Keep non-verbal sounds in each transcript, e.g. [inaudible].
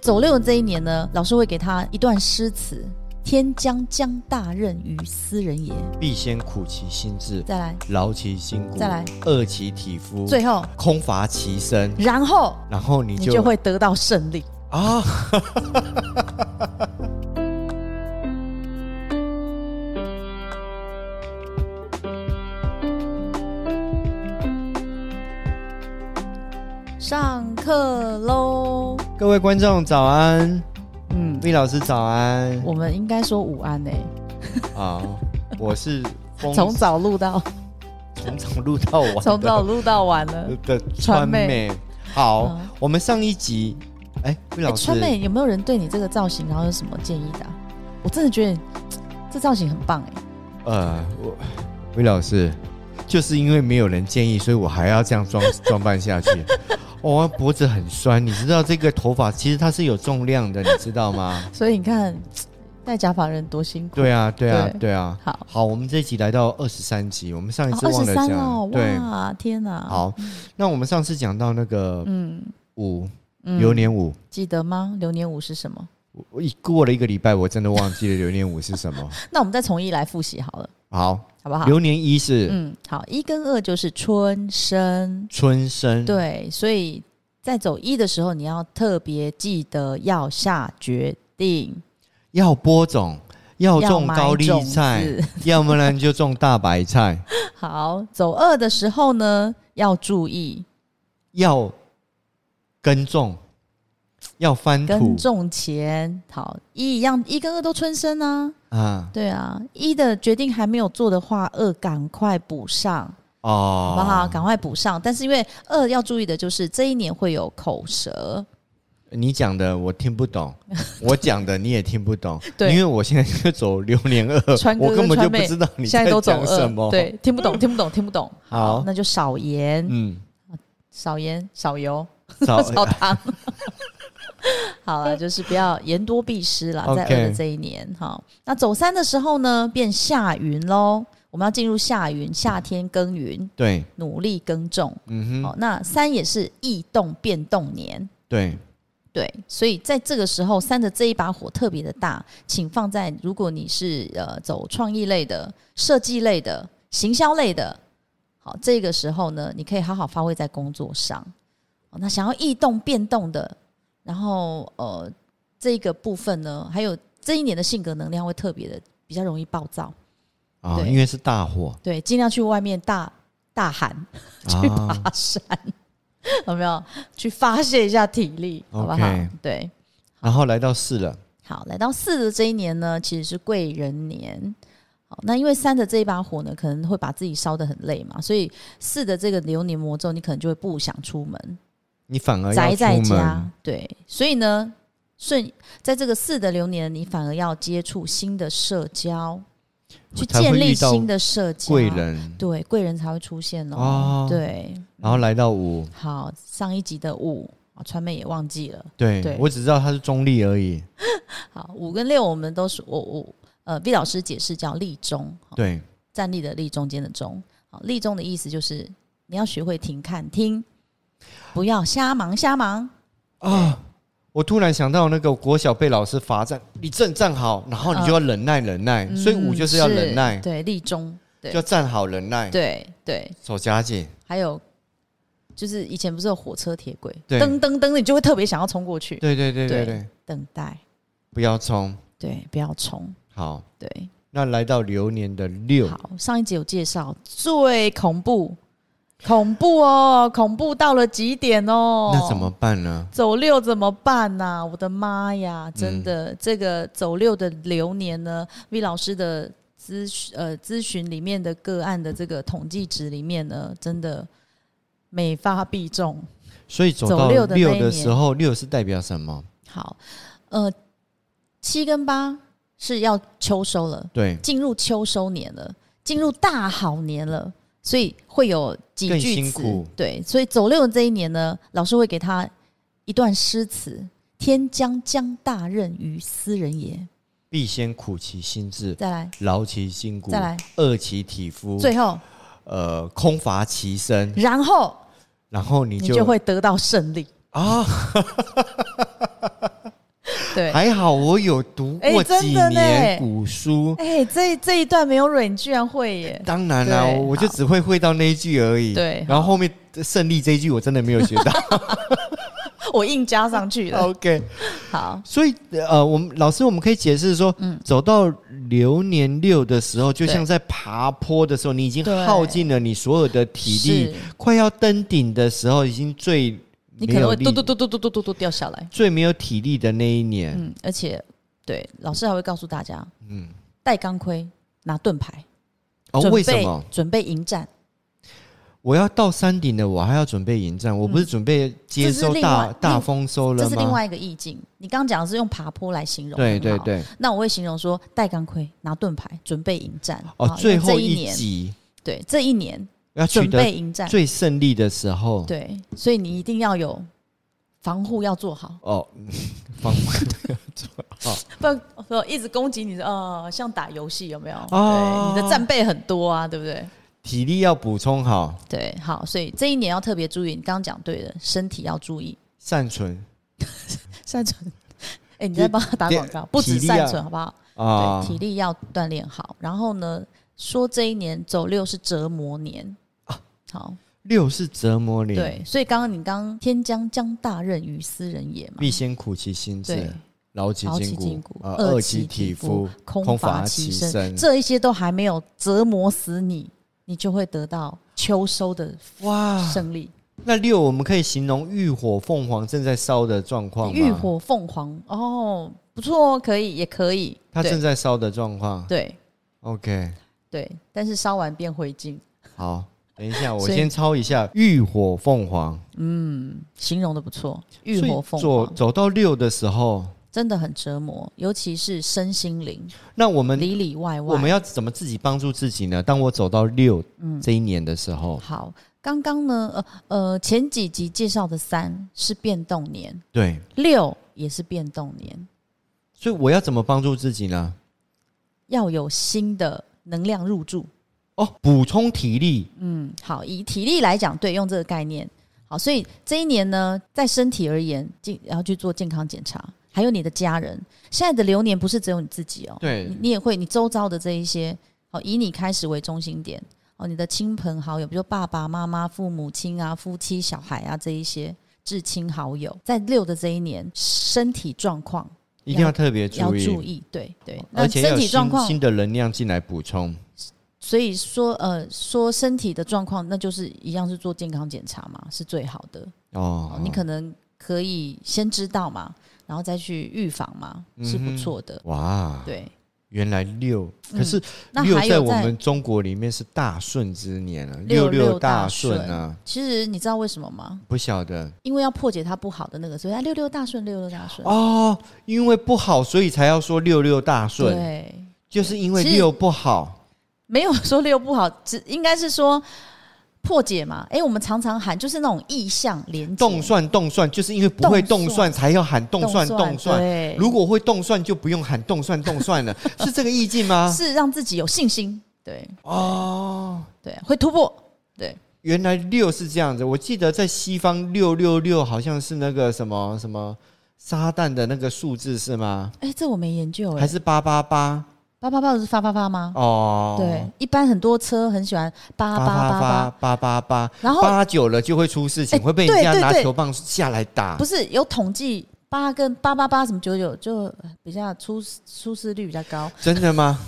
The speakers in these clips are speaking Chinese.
走六的这一年呢，老师会给他一段诗词：“天将降大任于斯人也。必先苦其心志”，再来，劳其筋骨，再来饿其体肤，最后，空乏其身，然后然后你你就就会得到胜利。啊，上课喽！各位观众早安嗯， ，V 老师早安我们应该说午安呢、啊，我是风从早录 [laughs] 到从早录到晚的，从早录到晚了。的川川妹妹。好嗯，我们上一集，哎，V 哎老师川，妹有没有人对你这个造型，然后有什么建议的啊、我真的觉得你这造型很棒哎、呃，我 V 老师就是因为没有人建议，所以我还要这样装 [laughs] 装扮下去。我、脖子很酸，你知道这个头发其实它是有重量的，你知道吗？ [laughs] 所以你看戴假发的人多辛苦。对啊，对啊，对对啊。好，好，我们这一集来到二十三集，我们上一次二忘十了三讲，哦，对，哇，天哪！，好，那我们上次讲到那个嗯舞，嗯流年舞，记得吗？流年舞是什么？我我一过了一个礼拜，我真的忘记了流年舞是 [laughs] 什么。那我们再从一来复习好了，好，好不好？流年一是嗯，好，一跟二就是春生，春生，，对，所以在走一的时候，你要特别记得要下决定，要播种，要种高丽要买 [laughs] 菜，种子要不然就种大白菜。好，走二的时候呢，要注意要耕种，要翻耕土 [laughs] 种前，好，一一样，一跟二都春生啊，啊，对啊，一的决定还没有做的话，二赶快补上。好哦，不好？赶快补上。但是因为二要注意的就是这一年会有口舌，你讲的我听不懂，我讲的你也听不 [laughs] 懂，对因为我现在就走流年二川，哥我跟根本就川不妹知道你现在都走讲什么。 [laughs] 二，，对，听 [laughs] 不懂，听不懂，听不懂。好，那就少盐、嗯，少盐、少油、[laughs] 早少糖。好了，就是不要言多必失啦，在 OK 二的这一年哈。那走三的时候呢，变夏云喽。我们要进入夏云，夏天耕耘，对，努力耕种。嗯哼，好，那三也是异动变动年，对，对，所以在这个时候，三的这一把火特别的大，请放在如果你是呃走创意类的、设计类的、行销类的，好，这个时候呢，你可以好好发挥在工作上。哦那想要异动变动的，然后呃这个部分呢，还有这一年的性格能量会特别的比较容易暴躁，啊，对因为是大火对，尽量去外面大大喊去 [laughs] 啊，爬山，有没有？去发泄一下体力，好不好 OK 对。然后来到四了，好，来到四的这一年呢，其实是贵人年。好，那因为三的这一把火呢，可能会把自己烧得很累嘛，所以四的这个流年魔咒，你可能就会不想出门，你反而宅啊要在出家门，。对，所以呢，顺在这个四的流年，你反而要接触新的社交，去哦才会建立遇到新的社交贵，人，对，贵人才会出现哦。哦对，然后来到五，好，上一集的五，啊川妹也忘记了。对对我只知道他是中立而已，好，五跟六我们都是我我呃，V 老师解释叫立中，好对，站立的立中间的中，好，立中的意思就是你要学会停看听，不要瞎忙瞎忙。啊，我突然想到那个国小被老师罚站，你正站好，然后你就要忍耐忍耐，所以五嗯就是要忍耐，哎对，立中，对就要站好忍耐，对对，手夹紧，还有就是以前不是有火车铁轨，对噔噔噔，你就会特别想要冲过去，对对对对对对，等待，不要冲。对，不要冲，好，对，那来到流年的六，好，上一集有介绍最恐怖，恐怖哦，恐怖到了极点哦，那怎么办呢？走六怎么办呐、我的妈呀，真的，这个走六的流年呢，V 老师的咨询呃咨询里面的个案的这个统计值里面呢，真的每发必中。所以走走到六六的那一年的时候，六是代表什么？好，呃，七跟八是要秋收了，对，进入秋收年了，进入大好年了。所以会有几更句辛词苦，对，所以走六的这一年呢，老师会给他一段诗词：“天将降大任于斯人也。”必先苦其心志，再来，劳其筋骨再来，饿其体肤，最后，呃，空乏其身，然后然后你你就就会得到胜利。啊，对，还好我有读过哎真几的呢年古书，哎、这这一段没有忍，你居然会耶！当然啦、哎对我我就好只会会到那一句而已。对然后后面胜利这一句我真的没有学 [laughs] 到。我硬加上去了。 OK，好，所以呃，我们老师我们可以解释说，嗯走到流年六的时候，就像在爬坡的时候，你已经对耗尽了你所有的体力是，快要登顶的时候，已经最你没可能有会力嘟嘟嘟嘟嘟嘟嘟嘟掉下来。最没有体力的那一年。嗯，而且对老师还会告诉大家，嗯，带钢盔，拿盾牌，哦，准为什备么准备迎战？我要到山顶了，我还要准备迎战？我不是准备嗯接这是收另大外大另丰收了这吗？是另外一个意境。你刚刚讲的是用爬坡来形容，对很对好。对。那我会形容说，带钢盔，拿盾牌，准备迎战。哦好，最因为后这一一年，集对这一年要取准得备迎战，最胜利的时候，对，所以你一定要有防护要做 [laughs] 好，哦，方不然我一直攻击你的，呃，像打游戏有没有？哦对，你的战备很多啊，对不对？体力要补充好，对，好，所以这一年要特别注意，你刚刚讲对了，身体要注意。善存善存，哎、你在帮他打广告，不止体力啊善存，好不好？啊对，体力要锻炼好。然后呢，说这一年走六是折磨年啊好，六是折磨你，对，所以刚刚你刚天将将大任于斯人也嘛，必先苦其心对志，，劳其劳其筋筋骨骨，啊饿饿其其体体肤，空空乏乏其其身，身这一些都还没有折磨死你，你就会得到秋收的哇！胜利。那六我们可以形容浴火凤凰正在烧的状况吗？浴火凤凰哦，不错哦，可以，也可以，它正对在烧的状况。对 OK，对，但是烧完变灰烬，好，等一下我所以先抄一下浴火凤凰。形容的不错，浴所以火凤走凰走到六的时候，真的很折磨，尤其是身心灵，那我们里里外外。我们要怎么自己帮助自己呢？当我走到六这一年的时候，好，刚刚呢，呃呃，前几集介绍的三是变动年，对，六也是变动年，所以我要怎么帮助自己呢？要有新的能量入住。哦，补充体力，嗯，好，以体力来讲，对，用这个概念。好，所以这一年呢，在身体而言，健然后去做健康检查，还有你的家人。现在的流年不是只有你自己哦，对你，你也会你周遭的这一些，好，以你开始为中心点，哦，你的亲朋好友，比如说爸爸妈妈、父母亲啊、夫妻、小孩啊这一些至亲好友，在六的这一年，身体状况一定要特别要注意，哦注意，对对，那而且要身有体状新况新的能量进来补充。所以说，呃，说身体的状况，那就是一样是做健康检查嘛，是最好的。哦，你可能可以先知道嘛，然后再去预防嘛，是嗯不错的。哇，对，嗯原来六，可是那六还在有我在，们中国里面是大顺之年啊，六六六大大顺啊，其实你知道为什么吗？不晓得因为要破解它不好的那个，所以啊它六六大顺，六六大顺。哦，因为不好，所以才要说六六大顺，对，就是因为其实六不好，没有说六不好，只应该是说破解嘛。哎，我们常常喊就是那种意象连接动算动算，就是因为不会动动算算才要喊动算动算，对，如果会动算就不用喊 [laughs] 动算动算了，是这个意境吗？是让自己有信心，对啊哦，对，会突破。原来六是这样子。我记得在西方六六六好像是那个什么什么撒旦的那个数字是吗？哎，这我没研究还哎。是八八八？八八八不是发发发吗？哦，对，，一般很多车很喜欢八八八八八八八，八八八，然后八久了就会出事情，哎会被人对家对拿对球棒下来打不。是有统计八跟八八八什么九九就比较出出事率比较高。 [laughs] 真的吗？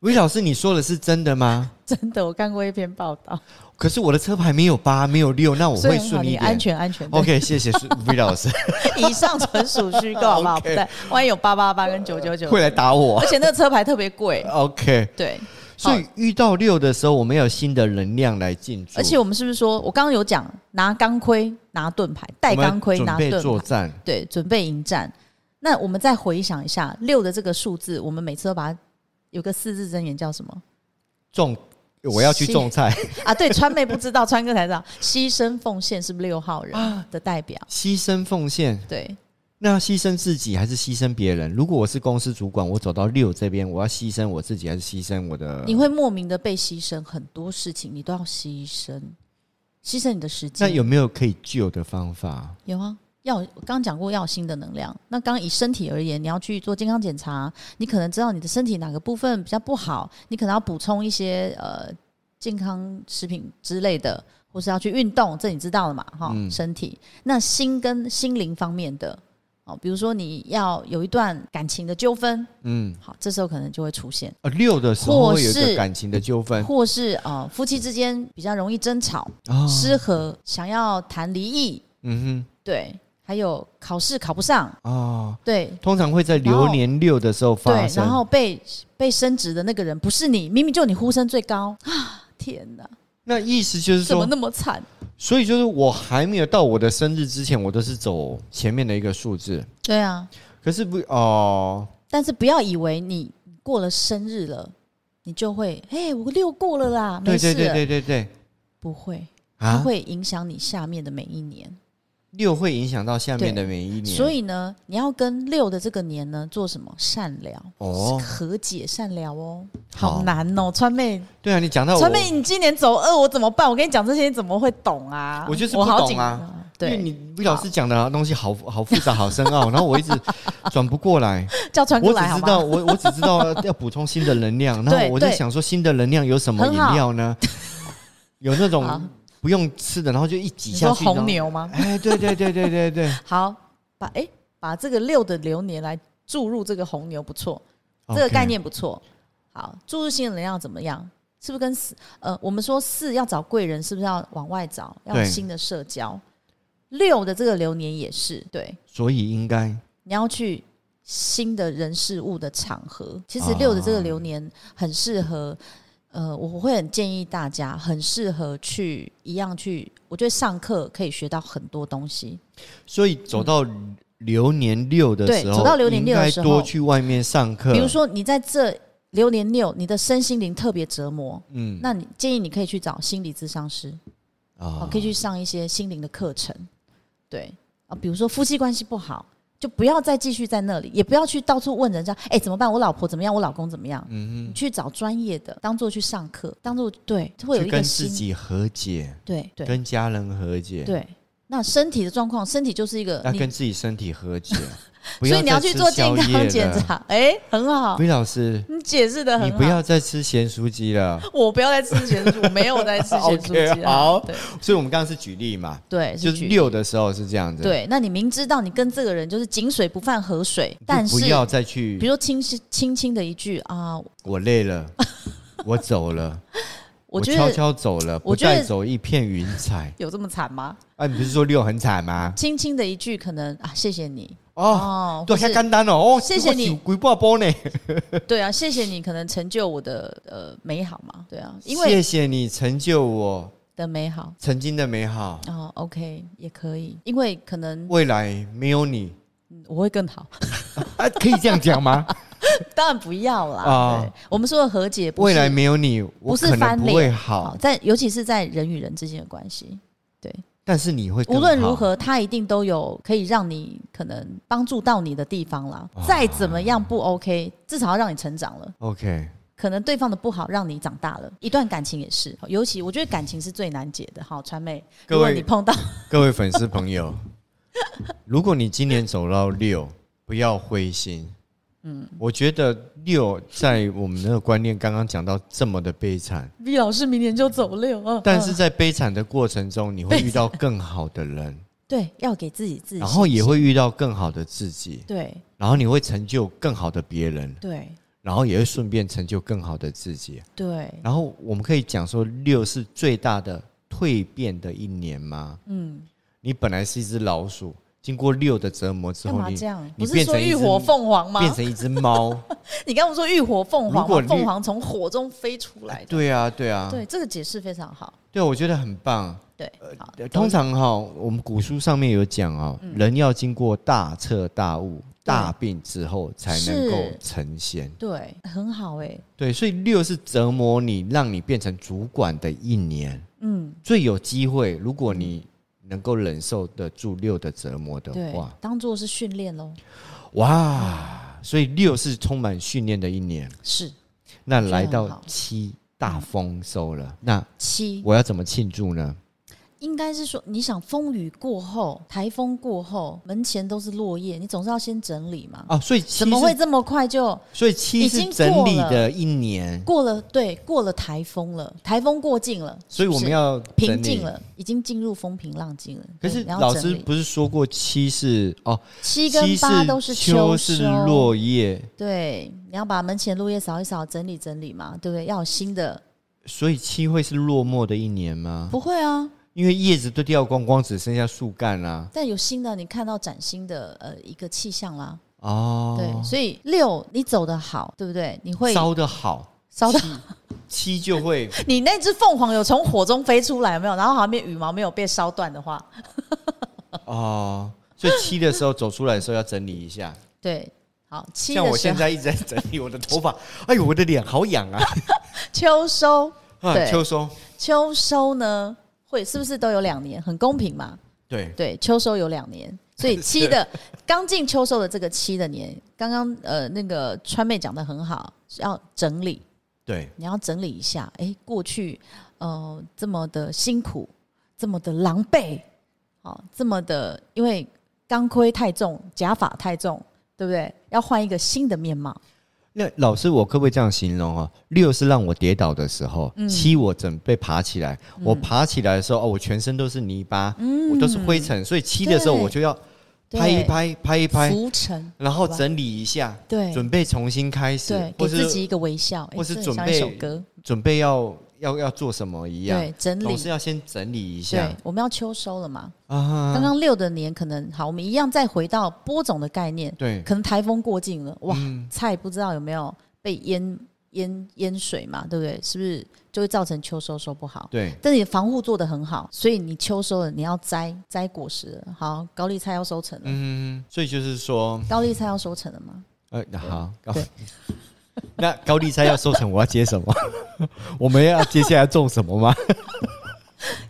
魏老师，你说的是真的吗？真的，我看过一篇报道，可是我的车牌没有八，没有六，那我所以哦会很好顺利你一安点。全安全。对 OK，谢谢 [laughs] 魏老师，以上纯属虚构， [laughs] 好不好？不 OK 对，万一有八八八跟九九九，会来打我。而。且那个车牌特别贵 OK，对，所以遇到六的时候，我们要有新的能量来进驻，而且我们是不是说，我刚刚有讲拿钢盔、拿盾牌，带我们钢盔、准拿备盾作牌，战。对，准备迎战。那我们再回想一下六的这个数字，我们每次都把它有个四字真言叫什么？种，我要去是种菜，啊，对，川妹不知 [laughs] 道，川哥才知道，牺牲奉献是不是六号人的代表？牺牲奉献。对，那要牺牲自己还是牺牲别人？如果我是公司主管，我走到六这边，我要牺牲我自己还是牺牲我的？你会莫名的被牺牲，很多事情你都要牺牲，牺牲你的时那间。有没有可以救的方法？有啊，要刚刚讲过要有新的能量。那刚刚以身体而言，你要去做健康检查，你可能知道你的身体哪个部分比较不好，你可能要补充一些呃健康食品之类的，或是要去运动，这你知道了嘛？哈、嗯身体。那心跟心灵方面的哦，比如说你要有一段感情的纠纷，嗯，好，这时候可能就会出现，呃，六的时候或会有一个是感情的纠纷，或是呃夫妻之间比较容易争吵、啊失和，想要谈离异，嗯对，还有考试考不上，哼，啊，对通常会在流年六的时候发对，生，然后被被升职的那个人不是你，明明就你呼声最高 [gasps] 啊！天哪，那意思就是怎么说，那么惨？所以就是我还没有到我的生日之前，我都是走前面的一个数字，对啊，可是不哦，但是不要以为你过了生日了，你就会哎，我六过了啦，没对事对了，对对对对不会，它啊，会影响你下面的每一年。六会影响到下面的每一年，所以呢，你要跟六的这个年呢做什么？善良哦和解，善良哦，好好难哦，川妹，对啊，你讲到我川，妹，你今年走二，我怎么办？我跟你讲这些，你怎么会懂啊？我就是我不好懂紧啊张，因对，为你魏老师讲的东西好好复杂、好深奥，然后我一直转不过来。叫川我哥只来好知吗？道，我我只知道 [laughs] 要要补充新的能量，然后对我在对想说新的能量有什么饮很好 [laughs] 料呢？有那好种不用吃的，然后就一挤你下说去。红然后牛吗？哎，对对对对对对，好，把哎、把这个六的流年来注入这个红牛，不错， [laughs] 这个 OK 概。念不错。好，注入新的能量怎么样？是不是跟四呃，我们说四要找贵人，是不是要往外找，要有对新的社交？六的这个流年也是对，所以应该你要去新的人事物的场合。其实哦六的这个流年很适合，呃，我会很建议大家，很适合去一样去，我觉得上课可以学到很多东西。所以走到流年六的时候，对走到流年六的时候应该多去外面上课。比如，说你在这流年六，你的身心灵特别折磨，嗯，那你建议你可以去找心理咨商师，哦啊，可以去上一些心灵的课程。对啊，比如说夫妻关系不好，就不要再继续在那里，也不要去到处问人家，哎、怎么办？我老婆怎么样？我老公怎么样？嗯你去找专业的，当做去上课，当做对，会有去一跟个自新己和解，对对跟家人和解，对。那身体的状况，身体就是一个要你跟，自己身体 [laughs] 和解。不所以你再要去吃做健宵夜康检了。查。哎、很好，魏老师，你解释 [laughs] 的很你好。不要再吃咸酥鸡了。我不要再吃咸 [laughs] 酥，我没有在吃咸酥鸡 OK，好对所以我们刚刚是举例嘛，对，就是是举六的时候是这样子，，对，那你明知道你跟这个人就是井水不犯河水，但是不要再比去，如说轻轻轻的一句啊，我 [laughs] 累了，我走了，我觉悄得悄走了，不我觉得带走一片云彩。 [laughs] 有这么惨吗？啊，你不是说六很惨吗？轻轻的一句可能啊，谢谢你哦，哦，对，或太是简单了哦，谢谢你鬼挂包呢，对啊，谢谢你可能成就我的呃美好嘛，对啊， [laughs] 因谢为谢你成就我的美好曾经的美好，哦，OK 也可以，因为可能未来没有你 [laughs] 嗯我会更好， [laughs] 啊，可以这样讲吗？当然不要啦。啊对，我们说的和解 [laughs] 不未是来没有你，我不是可能翻不脸会好好，在尤其是在人与人之间的关系，但是你会更无论如好何，它一定都有可以让你可能帮助到你的地方啦。啊再怎么样不 OK，至少要让你成长了。 ，OK，可能对方的不好让你长大了，一段感情也是，尤其我觉得感情是最难解的。好，川妹，各如果位你碰 [laughs] 到各位粉丝朋友， [laughs] 如果你今年走到六，不要灰心。嗯，我觉得六在我们那个观念刚刚讲到这么的悲惨， V 老师明年就走六，嗯，但嗯是在悲惨的过程中，你会遇到更好的 [laughs] 人，对，要给自己自信，嗯然后也会遇到更好的自己，对然后你会成就更好的别人，对然后也会顺便成就更好的自己。对，然后我们可以讲说，六是最大的蜕变的一年吗？嗯，你本来是一只老鼠，经过六的折磨之干后，嘛你这样？你不变是成说一浴只火凤凰吗？变成一只 [laughs] 猫。你刚不是说浴火凤凰如果吗？绿凤凰从火中飞出来的，对啊，对啊，对，这个解释非常好。对我觉得很棒。对，好呃，通常哈、我们古书上面有讲哦，嗯人要经过大彻大悟、大病之后，才能够是成仙。对，很好哎、对，所以六是折磨你，让你变成主管的一年，嗯，最有机会。如果你能够忍受得住六的折磨的对话，，当做是训练喽。哇！所以六是充满训练的一年。是那觉得来很到好嗯七大丰收了，那七我要怎么庆祝呢？应该是说，你想风雨过后，台风过后，门前都是落叶，你总是要先整理嘛。啊，所以七怎么是会这么快就所以七已是经整过理了的一年，过了？对，过了台风了，台风过境了，所以我是们不是要整平理静。了，已经进入风平浪静了。可对是你要老整师理不是说过七是哦，七跟八都是秋收，是落叶，对，你要把门前落叶扫一扫，整理整理嘛，对不对？要有新的，所以七会是落寞的一年吗？不会啊，因为叶子都掉光光，只剩下树干啊啦、但有新的，你看到崭新的呃一个气象啦，对，哦，所以六你走得好，对不对？你会烧得好，烧的，七就会你那只凤凰有从火中飞出来有没有？然后旁边羽毛没有被烧断的话，哦。所以七的时候走出来的时候要整理一下，对，好七像我的时现候在一直在整理我的头发，哎呦，我的脸好痒啊！秋收，啊，对秋收，秋收呢会是不是都有两年？很公平嘛？对，对，秋收有两年，所 [laughs] 以七的刚进秋收的这个七的年，刚刚呃那个川妹讲的很好，要整理，对，你要整理一下，哎，过去呃这么的辛苦，这么的狼狈，好、这么的因为钢盔太重，假发太重，对不对？要换一个新的面貌，那老师，我可不可以这样形容啊？六是让我跌倒的时候，嗯七我准备爬起来。我爬起来的时候，哦，我全身都是泥巴，我都是灰尘，所以七的时候嗯对我就要对拍一拍，拍一拍，浮沉，然后好吧整理一下，对准备重新开始对，，给或自己是一个微笑，诶或是这很准像一首备歌，准备要要要做什么一样对，，整总理。是要先整理一下对，我们要秋收了嘛？啊。刚刚六的年可能好，我们一样再回到播种的概念，对，嗯可能台风过境了，哇，菜不知道有没有被淹淹淹水嘛，对不对？是不是就会造成秋收收不好？对，但是你防护做得很好，所以你秋收了，你要摘摘果实了。好，高丽菜要收成了，嗯，所以就是说，高丽菜要收成了吗？呃，那好，高对 [laughs] 那高丽菜要收成，我要接什么？ [laughs] 我们要接下来种什么吗？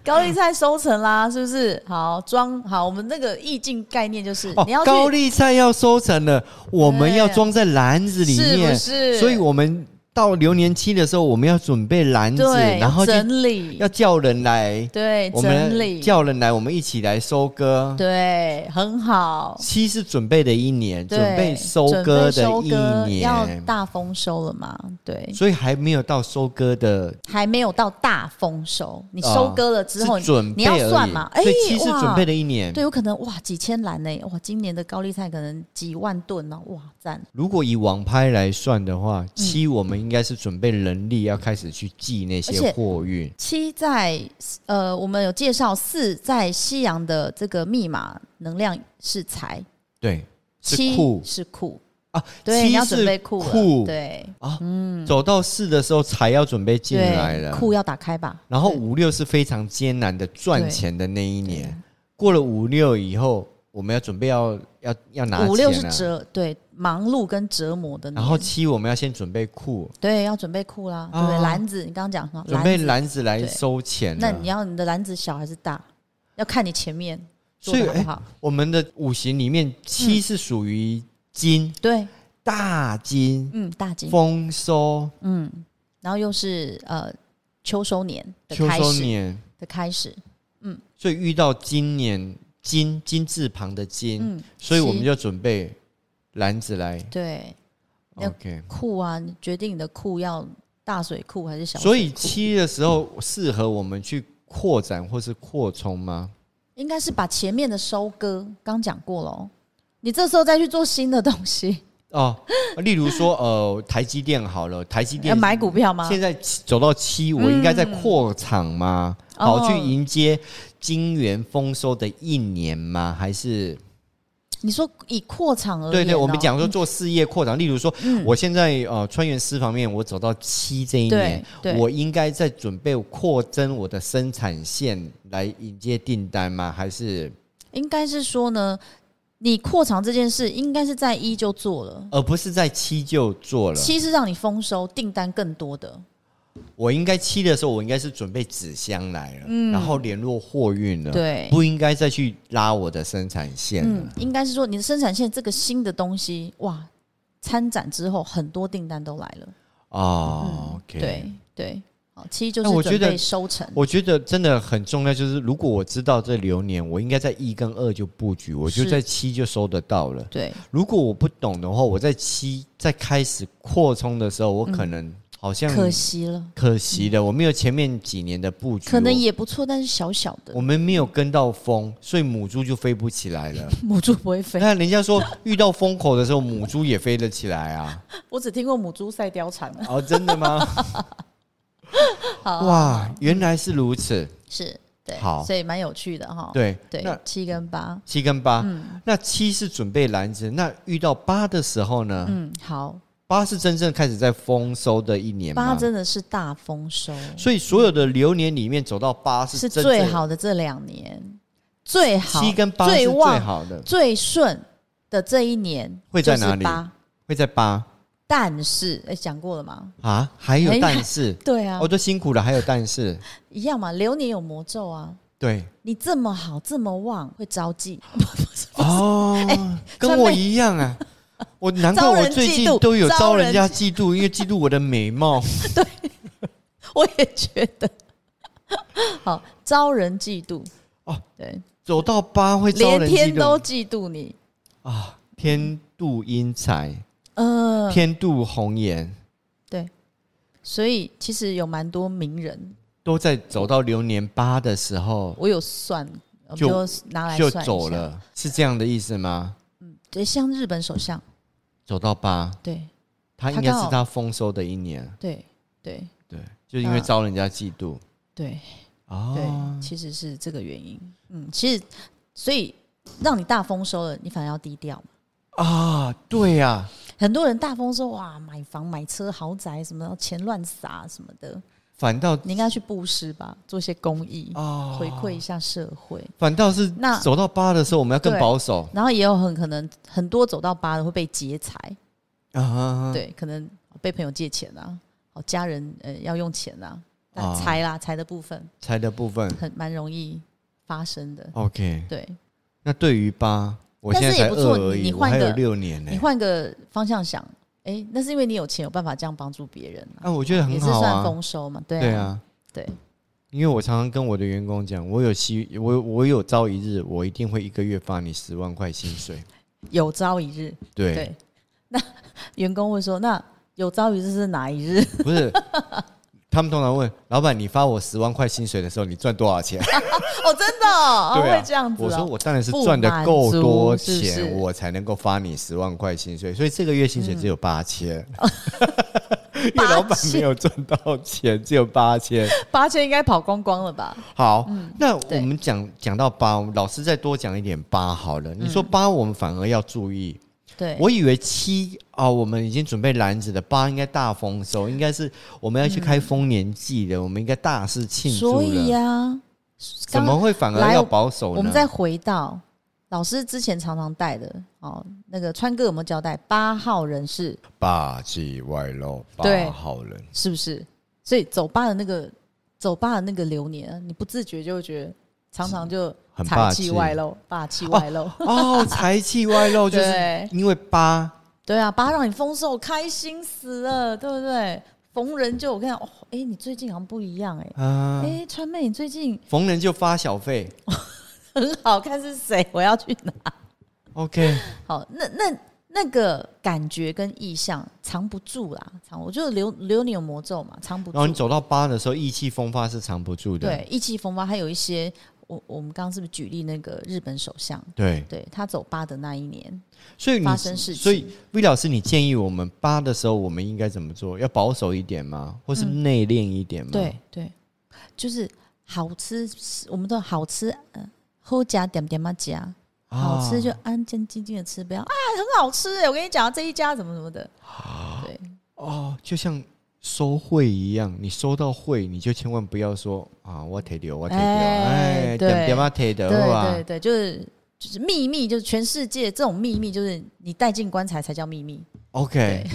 高丽菜收成啦，是不是？好，装好，我们那个意境概念就是、哦你要，去高丽菜要收成了，我们对要装在篮子里是不面，是？所以我们到流年期的时候，我们要准备篮子，对，然后就整理，要叫人来，对，我整们理，叫人来，我们一起来收割。对，很好。七是准备的一年，对准备收割的准备收一割要年，大丰收了嘛？对，所以还没有到收割的还没有到大丰收，你收割了之后，哦是准备你要而已算嘛哎所以七是哇准备的一年。对，有可能哇几千篮呢，哇，今年的高丽菜可能几万吨呢、哇，赞，如果以网拍来算的话，七我们应该是准备人力要开始去寄那而些且货运。七在呃，我们有介绍四在西洋的这个密码能量是财，对，是七库是库，啊，对，七你要准是备库了，库对啊，走到四的时候才要准备进来对，了。库要打开吧。然后对五六是非常艰难的赚钱的那一年，过了五六以后，我们要准备要要要拿五六是钱啊了。折对忙碌跟折磨的年，然后七我们要先准备库，对要准备库啦，对不对？啊篮子你刚刚讲很好，准篮备子篮子来对收钱了。啊那你要你的篮子小还是大？要看你前面做所以的好不好。我们的五行里面七是属于金，对，大金。嗯，大金，丰收、嗯，然后又是呃秋收年的秋开收始年，的开始，所以遇到今年金金字旁的金，嗯，所以我们七就准备篮子来。对要 OK，库啊，你决定你的库要大水库还是小水库，所以七的时候适合我们去扩展或是扩充吗？应该是把前面的收割刚讲过了哦，你这时候再去做新的东西，哦，例如说，呃，台积电好了，台积要电买股票吗？嗯现在七走到七，我应该在扩厂吗？哦好，去迎接金元丰收的一年吗？还是你说以扩厂而言、哦，对对，我们讲说做事业扩展，例如说，嗯我现在呃川原丝方面，我走到七这一年对，对我应该在准备扩增我的生产线来迎接订单吗？还是应该是说呢，你扩厂这件事应该是在一就做了，而不是在七就做了？七是让你丰收订单更多的，我应该七的时候，我应该是准备纸箱来了，然后联络货运了，嗯对啊不应该再去拉我的生产线了。嗯，应该是说你的生产线这个新的东西，哇，参展之后很多订单都来了，哦，OK，嗯对对，好，七就哎我是准觉得备收成。我觉得真的很重要，就是如果我知道这流年，我应该在一跟二就布局，我就是在七就收得到了。对，如果我不懂的话，我在七在开始扩充的时候，我可能好像嗯可惜了，可惜了，我没有前面几年的布局，可能我也不错，但是小小的我们没有跟到风，所以母猪就飞不起来 [laughs] 了。 [laughs] 母猪不会你飞。看人家说遇到风口的时候，母猪也飞得起来啊！我只听过母猪赛貂蝉啊。 [laughs] 哦，真的吗？好，哇，原来是如此。是对，好所以蛮有趣的哈。对那哦对，嗯七跟八，七跟八，那七是准备篮子，那遇到八的时候呢？嗯，好，八是真正开始在丰收的一年八嘛，真的是大丰收，所以所有的流年里面走到八是是真正最，好的这两年，最好七跟八是最最旺、好的，最顺的这一年会在哪里就是八会在八但是，哎，讲过了吗？啊？还有哎但是，对啊我，都辛苦了，还有但是，一样嘛，流年有魔咒啊。对你这么好，这么旺，会招忌， [laughs] 哦，跟我一样啊。我难怪哎招人我最近嫉妒都有招招人人家嫉妒，因为嫉妒我的美貌。我也觉得。好，招人嫉妒哦，对，走到八会招连人天嫉都妒嫉妒你，啊！天妒英才，嗯、天妒红颜，对，所以其实有蛮多名人，都在走到流年八的时候我有算，我们就就拿来就算一走下。了，是这样的意思吗？对，像日本首相，走到八，对他他应该刚是好他丰收的一年，对对对，就是因为嗯招人家嫉妒对对、哦。其实是这个原因。嗯，其实所以让你大丰收了，你反而要低调嘛。啊，对呀、啊，很多人大丰收哇，买房、买车、豪宅什么的，钱乱撒什么的，反倒你应该去布施吧，做些公益，啊，回馈一下社会。反倒是那走到八的时候，我们要更对保守然后也有很可能很多走到八的会被劫财，啊。对，可能被朋友借钱啊，哦，家人呃要用钱啊，啊但财啦财的部分财的部分很蛮容易发生的， ，OK。对那对于八，我现但在是也才不错二而你已，你我换还有个六年呢、你换个方向想，哎、那是因为你有钱，有办法这样帮助别人啊，啊，我觉得也很是好算啊。丰收嘛，对对啊，啊，对因为我常常跟我的员工讲，我有希，我我有朝一日，我一定会一个月发你十万块薪水。有朝一日，对，对， [laughs] 那员工会说，那有朝一日是哪一日？ [laughs] 不是， [laughs] 他们通常问老板，你发我十万块薪水的时候，你赚多少钱？哦，真的、哦，对啊会这样子我说哦，我当然是赚的不够满足多是不钱，是我才能够发你十万块薪水，所以这个月薪水只有 [laughs] 八千。因为嗯八老板千没有赚到钱，只有八千。八千应该跑光光了吧？好，那我嗯对们讲讲到八，我们老师再多讲一点八好了。你说八，我们反而要注意。嗯对，我以为七啊、我们已经准备篮子的八应该大丰收，应该是我们要去开丰年祭的，我们应该大肆庆嗯祝所以了。呀、怎么会反而来要保守呢？我们再回到老师之前常常带的哦，那个川哥有没有交代八号人是霸气外露，对八好人。是不是？所以走八的那个走八的那个流年，你不自觉就会觉得常常就很霸财气气外露，霸气外 [laughs] 露。哦，才气外露就是对因为八对啊，八让你丰收，开心死了，对不对？逢人就我跟你讲，哦，哎、你最近好像不一样哎、啊哎、，川妹，你最近逢人就发小费。很好看是谁？ [laughs] 我要去拿。 [laughs] OK，好，那那那个感觉跟意象藏不住啦，藏我就是流流年有魔咒嘛，藏不然后哦你住。走到八的时候，意气风发是藏不住的。对，意气风发，还有一些我我们刚刚是不是举例那个日本首相，对对他走八的那一年所以你发生事情，所以魏老师，你建议我们八的时候，我们应该怎么做？要保守一点吗？或是内敛一点吗？嗯对对，就是好吃，我们都好吃，嗯、后加点点嘛加。啊，好吃就安安静静的吃，不要啊，很好吃哎！我跟你讲，这一家怎么怎么的，对，哦，就像收贿一样，你收到贿，你就千万不要说啊，我提掉，我提掉，哎哎，对点点啊提掉对啊对，对，就是就是秘密，就是全世界这种秘密，就是你带进棺材才叫秘密。 OK，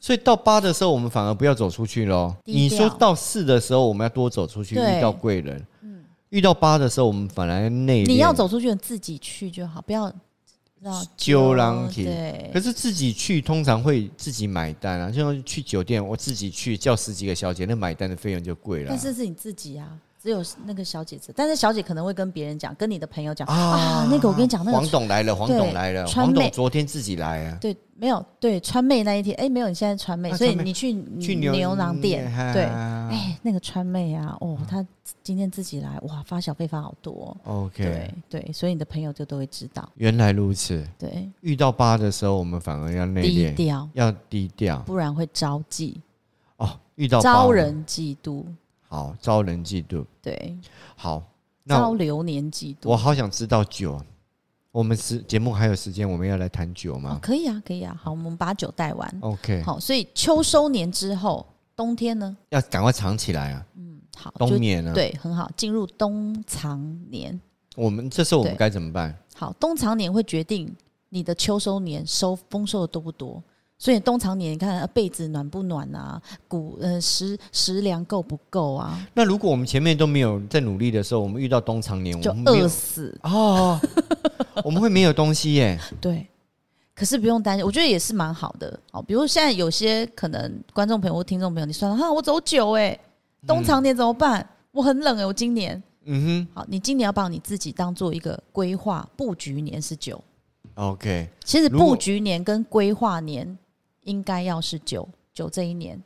所以 [laughs] 到八的时候，我们反而不要走出去喽。你低调说到四的时候，我们要多走出去，对嗯遇到贵人。遇到八的时候，我们反而内敛。你要走出去，自己去就好，不要绕揪狼体可对，是自己去通常会自己买单啊，就像去酒店，我自己去叫十几个小姐，那买单的费用就贵了。但是是你自己啊，只有那个小姐知，但是小姐可能会跟别人讲，跟你的朋友讲啊，那个我跟你讲，那黄个董来了，黄董来了，川黄董妹昨天自己来啊，对，没有对川妹那一天，哎，没有，你现在川妹，啊所以川妹你去去嗯牛牛郎店，对，哎哎，那个川妹啊，哦，嗯她今天自己来，哇，发小费发好多哦， ，OK，对对，所以你的朋友就都会知道，原来如此。对，遇到八的时候，我们反而要内低敛，调，要低调不然会招忌，哦。遇到八招人嫉妒，好，招人嫉妒。对，好，那招流年嫉妒我。好想知道酒。我们时节目还有时间，我们要来谈酒哦吗，可以啊，可以啊，好，我们把酒带完。 ？OK，好，所以秋收年之后，冬天呢，要赶快藏起来啊，嗯，好，就冬眠啊。对，很好，进入冬藏年。我们这时候我们对该怎么办？好，冬藏年会决定你的秋收年收丰收的多不多。所以冬藏年，你看呃被子暖不暖啊，谷呃食食粮够不够啊，那如果我们前面都没有在努力的时候，我们遇到冬藏年，就我们没有饿死。哦， [laughs] 我们会没有东西耶。对，可是不用担心，我觉得也是蛮好的。哦，比如现在有些可能观众朋友或听众朋友，你算了哈，我走九哎、冬藏年怎么办？我很冷哎、我今年嗯好，你今年要把你自己当做一个规划布局年是九，哼，OK，其实如果布局年跟规划年应该要是九九这一年，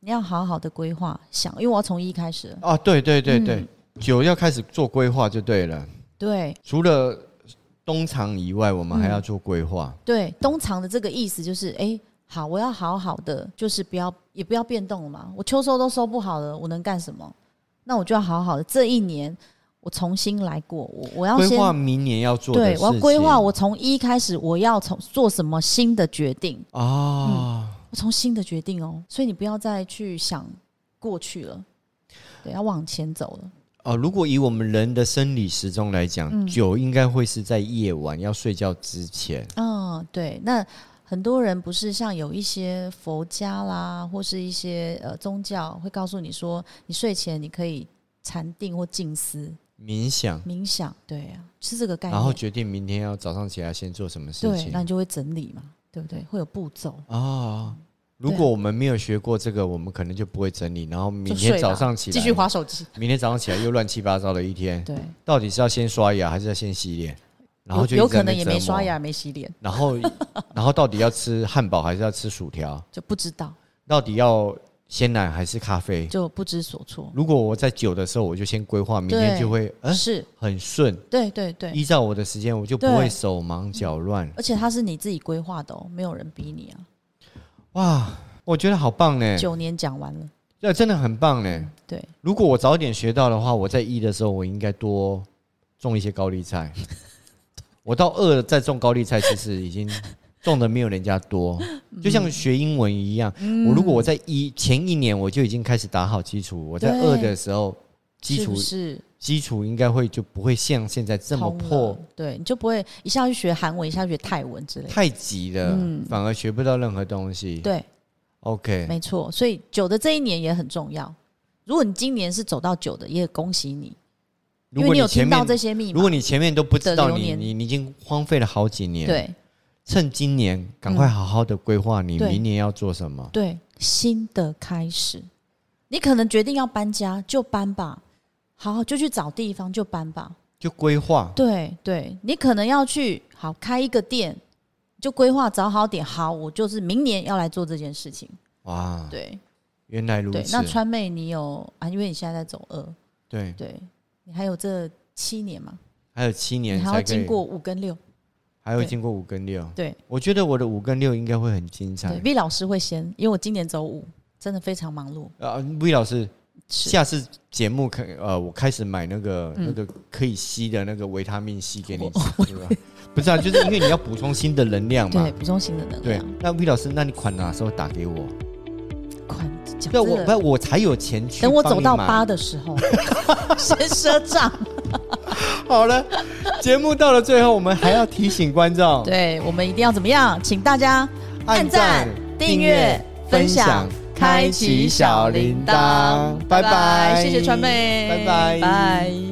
你要好好的规划想，因为我要从一开始了，哦，对对对对嗯，酒要开始做规划就对了。对除了冬藏以外，我们还要嗯做规划。对，冬藏的这个意思就是，哎、好，我要好好的，就是不要也不要变动了嘛，我秋收都收不好了，我能干什么？那我就要好好的这一年，我重新来过，我我要规先划明年要做的对事，情。我要规划，我从一开始我要从做什么新的决定。哦，我从新的决定哦，所以你不要再去想过去了，对，要往前走了。哦，如果以我们人的生理时钟来讲，嗯酒应该会是在夜晚要睡觉之前。嗯，对，那很多人不是像有一些佛家啦，或是一些呃宗教会告诉你说，你睡前你可以禅定或静思、冥想，冥想，对啊，是这个概念。然后决定明天要早上起来先做什么事对，情那。你就会整理嘛，对不对？会有步骤，哦，如果我们没有学过这个，我们可能就不会整理，然后明就睡吧天早上起来继续划手机。明天早上起来又乱七八糟的一天，对，到底是要先刷牙还是要先洗脸？ [laughs] 然后有就有一直在可那能边也没折磨刷，牙，没洗脸，然后 [laughs] 然后到底要吃汉堡还是要吃薯条？就不知道，到底要鲜奶还是咖啡？就不知所措。如果我在久的时候，我就先规划，明天对就会呃是，很顺，对对对。嗯依照我的时间，我就不对会手忙脚乱。而且它是你自己规划的哦，没有人逼你啊。哇，我觉得好棒呢，九年讲完了，这真的很棒呢。对，如果我早点学到的话，我在一的时候，我应该多种一些高 [laughs] 丽菜。我到二再种高丽菜，其实已经种的没有人家多。嗯就像学英文一样，我如果我在一前一年我就已经开始打好基础，我在对二的时候基是础不是基础应该会就不会像现在这么通了破，对，你就不会一下去学韩文，一下去学泰文之类的。太急了，嗯反而学不到任何东西。对， OK，没错。所以九的这一年也很重要。如果你今年是走到九的，也恭喜你，因如为果你有前听到面这些密如码果。你前面都不知的道流你年你你已经荒废了好几年，对趁今年赶快好好的规划你对明年要做什么。对，新的开始，你可能决定要搬家就搬吧，好就去找地方就搬吧。就规划。对对，你可能要去好开一个店，就规划找好点。好，我就是明年要来做这件事情。哇，对原来啊如对，此那。川妹你有啊？因为你现在在走二，对，对你还有这七年嘛，还有七你年还要才可经以，过五跟六。还会对经过五跟六。对我觉得我的五跟六应该会很对精彩。 ，V 老师会先，因为我今年走五，真的非常忙碌。啊，V 老师，是下次节目开呃，我开始买那个嗯哦那个可以吸的那个维他命 C 给你吃，对吧？不是啊，就是因为你要补充新的能量嘛对，。补充新的能对啊量。，那 V 老师，那你款哪时候打给我？款讲对，这啊我个，不，我才有钱去。等我走到八，的时候，先赊 [laughs] 账。好了，节目到了最后，我们还要提醒观众，对，我们一定要怎么样？请大家按赞、订阅、分享、开启小铃铛。拜拜拜，谢谢传媒，拜拜拜。